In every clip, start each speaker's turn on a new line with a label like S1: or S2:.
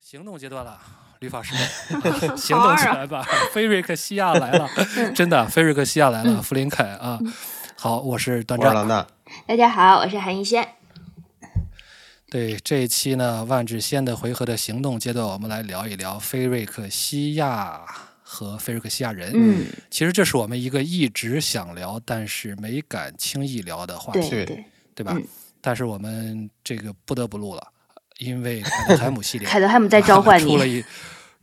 S1: 行动阶段了，吕 法师，行动
S2: 啊
S1: 起来吧！菲瑞克西亚来 了，
S2: 嗯
S1: 真的，菲瑞克西亚来了，弗林凯啊！好，我是段
S3: 瓦
S1: 章。
S3: 朗纳，
S2: 大家好，我是韩一仙。
S1: 对这一期呢，万智仙的回合的行动阶段，我们来聊一聊菲瑞克西亚和菲瑞克西亚人。
S2: 嗯，
S1: 其实这是我们一个一直想聊，但是没敢轻易聊的话题，
S2: 对
S3: 对
S2: 对，
S1: 对吧？
S2: 嗯
S1: 但是我们这个不得不录了，因为凯德海姆系列，
S2: 凯德汉姆在召 唤
S1: 出了
S2: 你，
S1: 一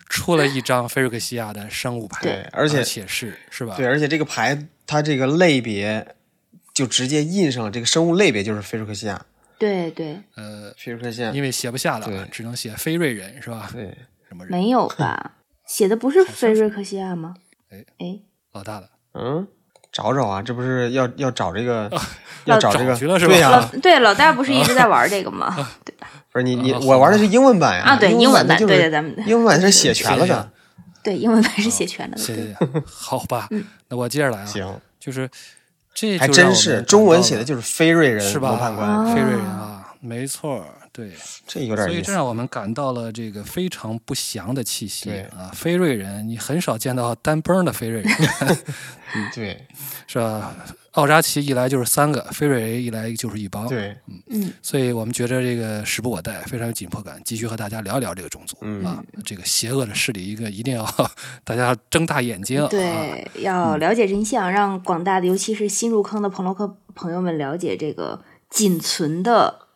S1: 出了一张菲瑞克西亚的生物牌，
S2: 对
S1: 而
S3: 而且
S1: 是是吧？
S3: 对，而且这个牌它这个类别就直接印上了这个生物类别，就是菲瑞克西亚，
S2: 对对，
S1: 呃，
S3: 菲瑞克西亚，
S1: 因为写不下了啊
S3: 对，
S1: 只能写菲瑞人是吧？
S3: 对，
S1: 什么人？
S2: 没有吧？写的不是菲瑞克西亚吗？
S1: 哎
S2: 哎，
S1: 老大的，
S3: 嗯，找找啊，这不是要要找这个，
S2: 要
S3: 要找这
S1: 啊找
S3: 个
S1: 去了是吧啊
S3: 对呀、
S2: 老对老大不是一直在 玩这个吗？
S3: 不是你你
S1: 啊
S3: 我玩的是英文版呀，
S2: 啊，对，英
S3: 文
S2: 文版，
S3: 就
S2: 对对，
S3: 是
S2: 咱们
S3: 英文版是写全了的，
S2: 对英文版
S1: 啊
S2: 是写全了的，
S1: 谢
S2: 对
S1: 谢，好吧，
S2: 嗯
S1: 那我接着来啊，
S3: 行，
S1: 就是这
S3: 还
S1: 就让
S3: 真
S1: 我
S3: 是
S1: 们
S3: 中
S1: 感
S3: 文
S1: 到
S3: 写
S1: 了
S3: 的就是菲瑞人
S1: 是吧
S3: 罗判官，
S2: 啊
S1: 菲瑞人啊，没错儿，对，
S3: 这有点
S1: 所
S3: 意
S1: 以这
S3: 思，
S1: 让我们感到了这个非常不祥的气息
S3: 对
S1: 啊。菲瑞人，你很少见到单崩的菲瑞人，
S3: 嗯对
S1: 是吧？奥扎奇一来就是三个，菲瑞人一来就是一帮，
S3: 对，
S2: 嗯，
S1: 所以我们觉得这个时不我待，非常有紧迫感，继续和大家聊一聊这个种族、
S3: 嗯
S1: 啊，这个邪恶的势力，一个一定要 大家睁大眼睛啊。嗯
S2: 对，要了解真相，让广大的，尤其是新入坑的朋洛克朋友们了解这个仅存的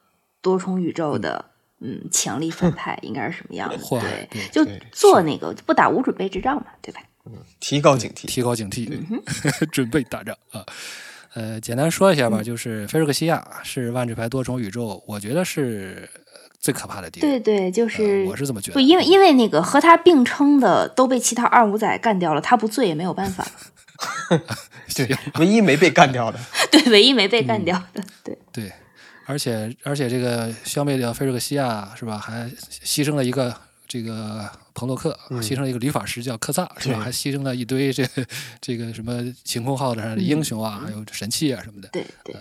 S2: 多重宇宙的，嗯，强力反派应该是什 么样的？
S1: 嚯
S2: 对
S1: 对，
S2: 就
S3: 对
S2: 做那个不打无准备之仗嘛，对吧？
S3: 提高警惕，
S1: 提高警惕，
S2: 嗯
S1: 准备打仗啊。呃，简单说一
S2: 嗯
S1: 下吧，就是菲瑞克西亚是万智牌多重宇宙，我觉得是呃最可怕的敌人。
S2: 对对，就
S1: 呃
S2: 是
S1: 我是这么觉
S2: 不
S1: 得。
S2: 因为 因为那个和他并称的都被其他二五仔干掉了，他不醉也没有办法。
S3: 对，唯一没被干掉的，
S2: 对，唯一没被
S1: 嗯
S2: 干掉的，对
S1: 对，而且而且这个消灭掉菲瑞克西亚是吧，还牺牲了一个这个彭洛克，
S2: 嗯
S1: 牺牲了一个理发师叫科萨是吧，
S3: 对
S1: 还牺牲了一堆这个这个什么晴空号
S2: 嗯
S1: 上的英雄啊，还有神器啊什么的。
S2: 对对，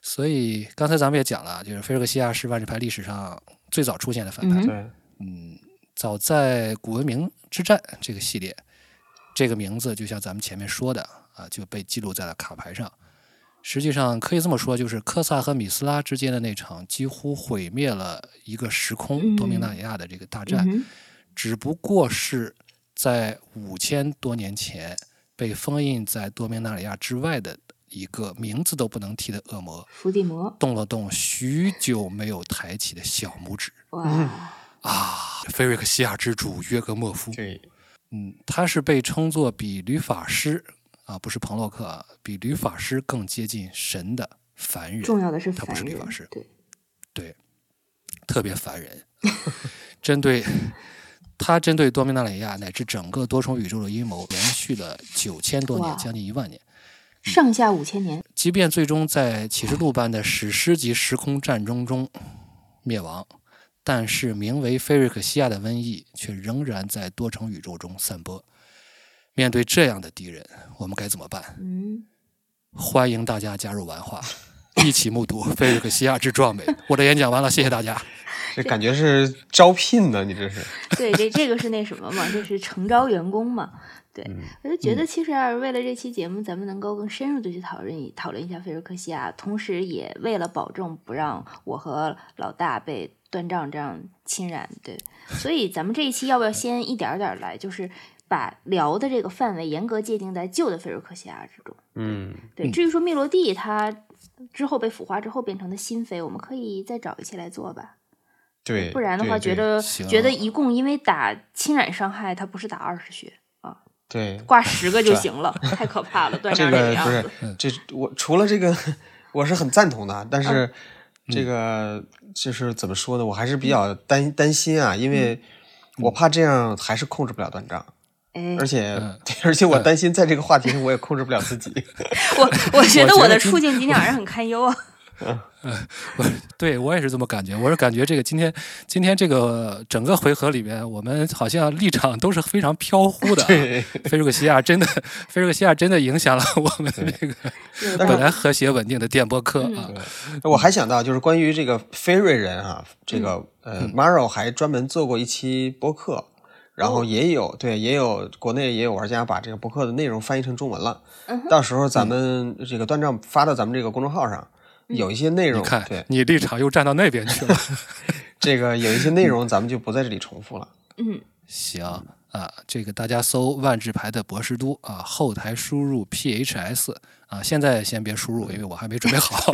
S1: 所以刚才咱们也讲了，就是菲瑞克西亚是万智牌历史上最早出现的反
S2: 嗯
S1: 派，
S2: 哼，
S3: 对，
S1: 早在古文明之战这个系列，这个名字就像咱们前面说的啊，就被记录在了卡牌上。实际上可以这么说，就是科萨和米斯拉之间的那场几乎毁灭了一个时空
S2: 嗯
S1: 多明纳亚的这个大
S2: 嗯
S1: 战，
S2: 哼，
S1: 只不过是在五千多年前被封印在多明纳亚之外的一个名字都不能提的恶魔，
S2: 伏地魔，
S1: 动了动许久没有抬起的小拇指嗯
S2: 哇，
S1: 啊！菲瑞克西亚之主约格莫夫，
S3: 对，
S1: 嗯，他是被称作比吕法师啊，不是彭洛克啊，比吕法师更接近神的凡人，
S2: 重要的是
S1: 他不
S2: 凡
S1: 是
S2: 人，
S1: 理发师嗯
S2: 对，
S1: 特别烦人。 针对他针对多米纳里亚乃至整个多重宇宙的阴谋，延续了九千多
S2: 哇
S1: 年，将近一万年。
S2: 上下五千年，
S1: 即便最终在启示录般的史诗级时空战争中灭亡，但是名为菲瑞克西亚的瘟疫却仍然在多重宇宙中散播。面对这样的敌人，我们该怎么办？
S2: 嗯，
S1: 欢迎大家加入玩话， 一起目睹 菲瑞克西亚之壮美。我的演讲完了，谢谢大家。
S3: 这感觉是招聘呢，你这是，
S2: 对，这这个是那什么嘛，这是诚招员工嘛。对，我就觉得其实啊，为了这期节目，咱们能够更深入的去讨论一讨论一下菲瑞克西亚，同时也为了保证不让我和老大被断账这样侵染，对，所以咱们这一期要不要先一点儿点儿来，就是把聊的这个范围严格界定在旧的菲瑞克西亚之中。
S3: 嗯，
S2: 对，至于说密罗蒂他之后被腐化之后变成的新妃，我们可以再找一期来做吧。
S3: 对，
S2: 不然的话，
S3: 对
S2: 觉得
S1: 行
S2: 觉得一共因为打侵染伤害，他不是打二十血，
S3: 对
S2: 挂十个就行了，太可怕 了，断
S3: 这
S2: 章啊
S3: 个
S2: 样
S3: 不是
S2: 子。
S1: 嗯
S3: 这我除了这个，我是很赞同的，啊
S2: 嗯
S3: 但是
S1: 嗯
S3: 这个就是怎么说呢，我还是比较
S2: 嗯
S3: 担担心啊，因为
S1: 嗯
S3: 我怕这样还是控制不了断章，
S2: 哎，
S3: 而 且
S1: 嗯
S3: 而且我担心在这个话题上我也控制不了自己，
S2: 我我觉得
S1: 我觉得
S2: 我的
S1: 今
S2: 处境今天晚上很堪忧啊。
S1: 我对我也是这么感觉。我是感觉这个今天今天这个整个回合里边，我们好像立场都是非常飘忽的啊。
S3: 对，
S1: 菲尔克西亚真的，菲尔克西亚真的影响了 我们这个
S2: 有道
S1: 本
S2: 理
S1: 来和谐稳定的电波课
S3: 嗯
S1: 啊。
S3: 我
S2: 嗯
S3: 还想到就是关于这个菲瑞人啊，这个呃
S2: 嗯
S3: Maro 还专门做过一期播客，然
S2: 哦
S3: 后也有对也有国内也有玩家把这个播客的内容翻译成中文了，
S2: 嗯
S3: 到时候咱们这个断账发到咱们这个公众号上，
S2: 嗯
S3: 有一些内容
S1: 你看
S3: 对，
S1: 你立场又站到那边去了。
S3: 这个有一些内容咱们就不在这里重复了。
S2: 嗯，
S1: 行啊，这个大家搜万智牌的博士都啊，后台输入 PHS 啊，现在先别输入，因为我还没准备 好。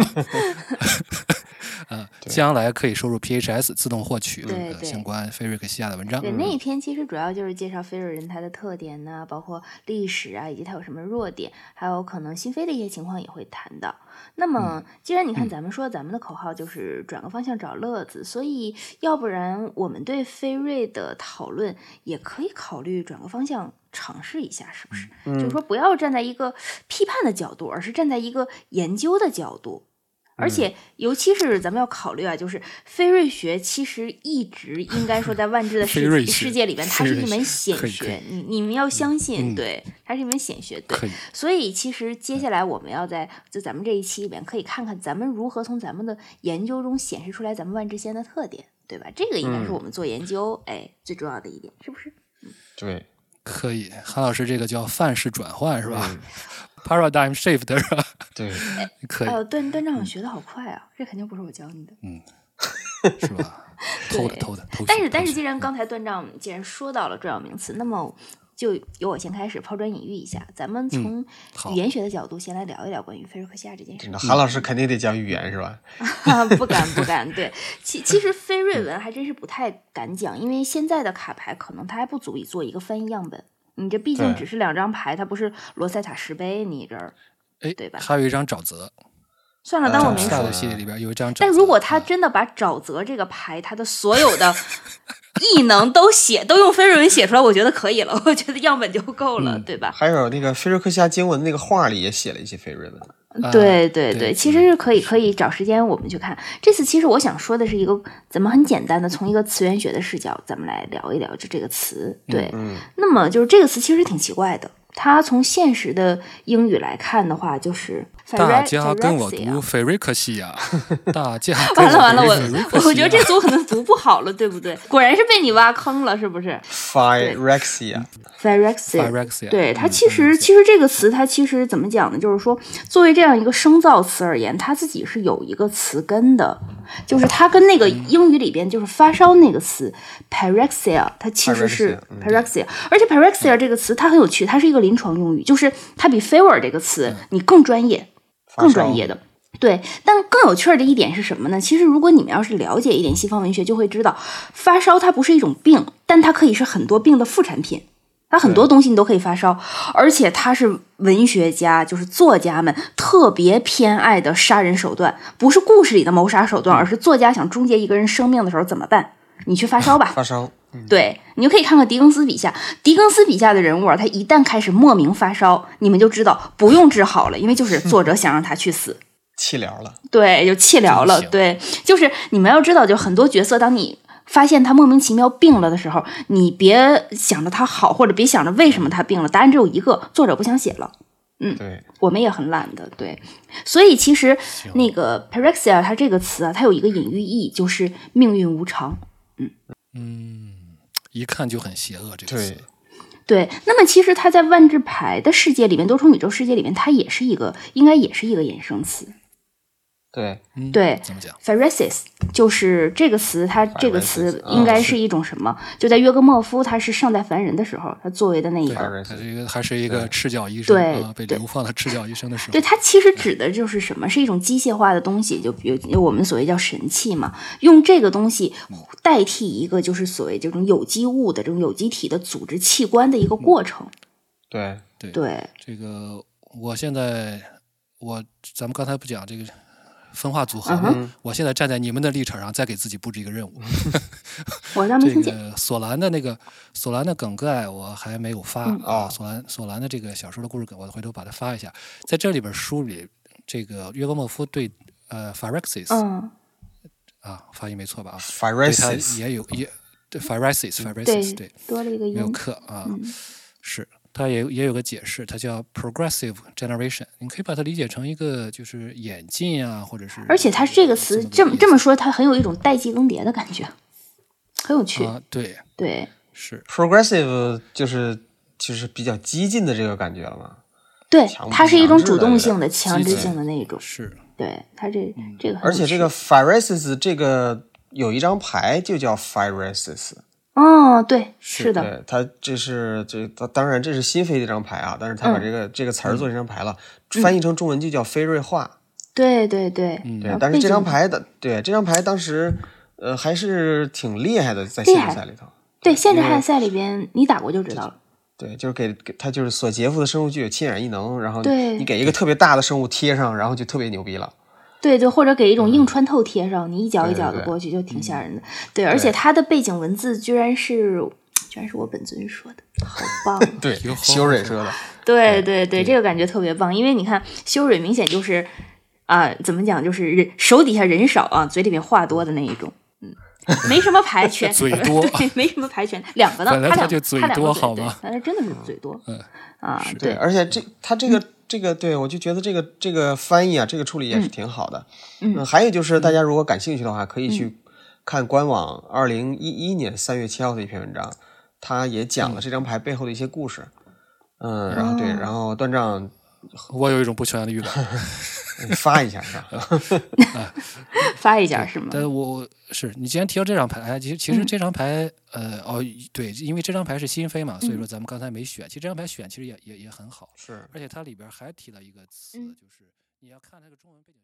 S1: 啊，将来可以输入 PHS 自动获取
S2: 对
S1: 呃
S2: 对
S1: 相关菲瑞克西亚的文章。
S2: 对，那一篇其实主要就是介绍菲尔人他的特点呐、包括历史啊，以及他有什么弱点，还有可能新飞的一些情况也会谈到。那么，既然你看咱们说咱们的口号就是转个方向找乐子，所以要不然我们对菲瑞的讨论也可以考虑转个方向尝试一下，是不是？
S1: 嗯
S2: 就是
S3: 嗯
S2: 说不要站在一个批判的角度，而是站在一个研究的角度。而
S1: 嗯
S2: 且，尤其是咱们要考虑啊，就是非瑞学其实一直应该说在万智的
S1: 非瑞
S2: 世
S1: 学
S2: 世界里边，它
S1: 非
S2: 是
S1: 瑞
S2: 一门显
S1: 可以可以
S2: 学。你你们要相信，
S1: 嗯
S2: 对，它是一门显学，对。
S1: 可以，
S2: 所以，其实接下来我们要在就咱们这一期里面，可以看看咱们如何从咱们的研究中显示出来咱们万智仙的特点，对吧？这个应
S1: 嗯
S2: 该是我们做研究、哎最重要的一点，是不是？
S3: 对，
S1: 可以。韩老师这个叫范式转换是吧、p a r a d i g m shift 是吧？
S3: 对，
S1: 可以
S2: 哎呦，段段
S1: 嗯
S2: 正好学的好快啊，这肯定不是我教你的。
S1: 是 吧？偷的
S2: 对
S1: 偷的偷袭。
S2: 但是，但
S1: 偷
S2: 是，
S1: 袭
S2: 既然刚才段丈既然说到了重要名词，那么就由我先开始抛砖引玉一下，咱们从
S1: 好
S2: 语言学的角度先来聊一聊关于菲瑞克西亚这件事。
S3: 那韩老师肯定得讲语言是吧？
S2: 啊， 不敢不敢。对，其其实非瑞文还真是不太敢讲，因为现在的卡牌可能它还不足以做一个翻译样本。你这毕竟
S3: 对
S2: 只是两张牌，它不是罗塞塔石碑，你这儿
S1: 哎，
S2: 对吧
S1: 还有一张沼泽，
S2: 算了，当我
S3: 呃
S2: 没
S1: 萨
S2: 说。
S1: 的系列里边有一张沼泽。
S2: 但如果他真的把沼泽这个牌，他的所 有的异能都写，都用菲瑞文写出来，我觉得可以了，我觉得样本就够
S1: 嗯
S2: 了，对吧？
S3: 还有那个菲瑞克西亚经文那个画里也写了一些菲瑞文，
S1: 啊
S2: 对对
S1: 对
S2: 对，其实是可以可以找时间我们去看。这次其实我想说的是一个，咱们很简单的从一个词源学的视角，咱们来聊一聊就这个词。对，
S1: 嗯
S2: 那么就是这个词其实挺奇怪的，它从现实的英语来看的话，就是
S1: 大
S2: phyrexia
S1: 家跟我读斐瑞克西亚， 大家跟
S2: 完了啊完了，
S1: 读斐
S2: 我
S1: 瑞克西亚
S2: 我觉得 这组可能读不好了，对不对？果然是被你挖坑了，是不是
S3: phyrexia，
S2: ？phyrexia。
S1: Phyrexia 嗯
S2: 对它其实其实这个词它其实怎么讲呢？就是说，作为这样一个生造词而言，它自己是有一个词根的，就是它跟那个英语里边就是发烧那个词 pyrexia，它其实是 pyrexia，而且 pyrexia 这个词它很有趣，它是一个临床用语，就是它比 fever 这个词你更专业，更专业的。对，但更有趣儿的一点是什么呢？其实，如果你们要是了解一点西方文学，就会知道，发烧它不是一种病，但它可以是很多病的副产品。它很多东西你都可以发烧，而且它是文学家，就是作家们特别偏爱的杀人手段，不是故事里的谋杀手段，而是作家想终结一个人生命的时候怎么办？你去发烧吧，
S3: 发烧，
S2: 对，你就可以看看狄更斯笔下，狄更斯笔下的人物啊，他一旦开始莫名发烧，你们就知道不用治好了，因为就是作者想让他去死。
S3: 气疗了，
S2: 对，就气疗了。
S1: 行
S2: 对，就是你们要知道，就很多角色，当你发现他莫名其妙病了的时候，你别想着他好，或者别想着为什么他病了，答案只有一个，作者不想写了。
S3: 对，
S2: 我们也很懒的，对，所以其实那个 pyrexia 它这个词啊，它有一个隐喻意，就是命运无常。
S1: 嗯
S2: 嗯
S1: 一看就很邪恶这个
S3: 对
S1: 词。，
S2: 对，那么其实它在万智牌的世界里面，多重宇宙世界里面，它也是一个，应该也是一个衍生词。
S3: 对，
S1: 嗯
S2: 对
S1: 怎么讲？
S2: Pharisees 就是这个词，它这个词
S1: 啊
S3: Pharisees，
S2: 应该
S3: 嗯
S2: 是一种什么？就在约格莫夫他是尚在凡人的时候，他作为的那一
S3: 对
S2: 个
S1: 他是一个还是一个赤脚医生
S2: 对
S1: 啊，被
S2: 对
S1: 流放到赤脚医生的时候
S2: 对，，它其实指的就是什么？是一种机械化的东西，就比如我们所谓叫神器嘛，用这个东西代替一个就是所谓这种有机物的这种有机体的组织器官的一个过程。
S3: 对，
S1: 嗯对
S2: 对，
S1: 这个我现在我咱们刚才不讲这个分化组合吗？
S2: 嗯
S1: 我现在站在你们的立场上，再给自己布置一个任务。
S2: 我倒没
S1: 这
S2: 听见。
S1: 个索兰的那个索兰的梗概我还没有发、
S2: 嗯
S1: 啊，
S3: 哦
S1: 索兰索兰的这个小说的故事梗，我回头把它发一下。在这里边书里，这个约格莫夫对呃 p h a r e x i s
S2: 嗯，
S1: 啊，发音没错吧？啊，
S3: p h a r
S1: 对
S3: e
S1: 他
S3: s
S1: 也有也对 p h a r e x i s p h a r e x i
S2: 嗯对
S1: s 对，，
S2: 多了一个
S1: 没有
S2: 音，
S1: 课啊，
S2: 嗯
S1: 是它也也有个解释，它叫 progressive generation，你可以把它理解成一个就是演进啊，或者是
S2: 而且它这个词这么这么说，它很有一种代际更迭的感觉，很有趣。
S1: 啊，对，
S2: 对
S1: 是
S3: progressive 就是就是比较激进的这个感觉了嘛。
S2: 对
S3: 强，
S2: 它是一种主动性
S3: 强
S2: 的、强制
S1: 积极
S2: 性的那一种。
S1: 是，
S2: 对，它这这个很有趣，
S3: 嗯而且这个 p h a r e s 这个有一张牌就叫 p h a r e s
S2: 哦，对，
S1: 是
S2: 是的，
S3: 对，它这是这它当然这是新飞的一张牌啊，但是它
S2: 嗯
S3: 把这个、这个词儿做成一张牌了，翻译成中文就叫飞瑞化。
S2: 对对对，
S3: 对，
S2: 然后
S3: 嗯但是
S2: 背
S3: 这张
S2: 景
S3: 牌的，对这张牌当时，呃，还是挺厉害的，在
S2: 厉
S3: 限制
S2: 害
S3: 赛里头。
S2: 对限制
S3: 因为
S2: 汉赛里边，你打过就知道了。
S3: 对，就是给给他就是所杰夫的生物具有亲染异能，然后
S2: 对
S3: 你给一个特别大的生物贴上，然后就特别牛逼了。
S2: 对对，或者给一种硬穿透贴上，你一脚一
S3: 嗯对对
S2: 脚的
S3: 对嗯
S2: 过去就挺吓人的。对，而且它的背景文字居然是，居然是我本尊说的，好棒啊！
S3: 对
S1: 有，
S3: 修蕊说的，
S2: 对对对，这个感觉特别棒，因为你看修蕊明显就是啊、怎么讲，就是人手底下人少啊，嘴里面话多的那一种，嗯，没什么牌权，
S1: 嘴多
S2: 对，没什么牌权，两个呢，
S1: 本来
S2: 他
S1: 他
S2: 两
S1: 就
S2: 个
S1: 嘴
S2: 他两
S1: 多
S2: 个
S1: 好
S2: 对
S1: 吗
S2: 但是真的是嘴多，
S1: 嗯
S2: 啊，
S1: 是
S3: 对，
S2: 对，嗯
S3: 而且这他这个、这个，对我就觉得这个这个翻译啊，这个处理也是挺好的。
S2: 嗯
S3: 还有就是大家如果感兴趣的话，可以去看官网二零一一年三月七号的一篇文章，他也讲了这张牌背后的一些故事。嗯，然后对，
S2: 嗯哦
S3: 然后段丈
S1: 我有一种不全的预感，
S3: 你发一下是吧？
S2: 发一下是吗？
S1: 但是我我是你既然提到这张牌，哎，其实其实这张牌，呃，哦，对，因为这张牌是新飞嘛，所以说咱们刚才没选，其实这张牌选其实也也也很好，
S3: 是。
S1: 而且它里边还提到一个词，
S2: 嗯
S1: 就是你要看那个中文背景。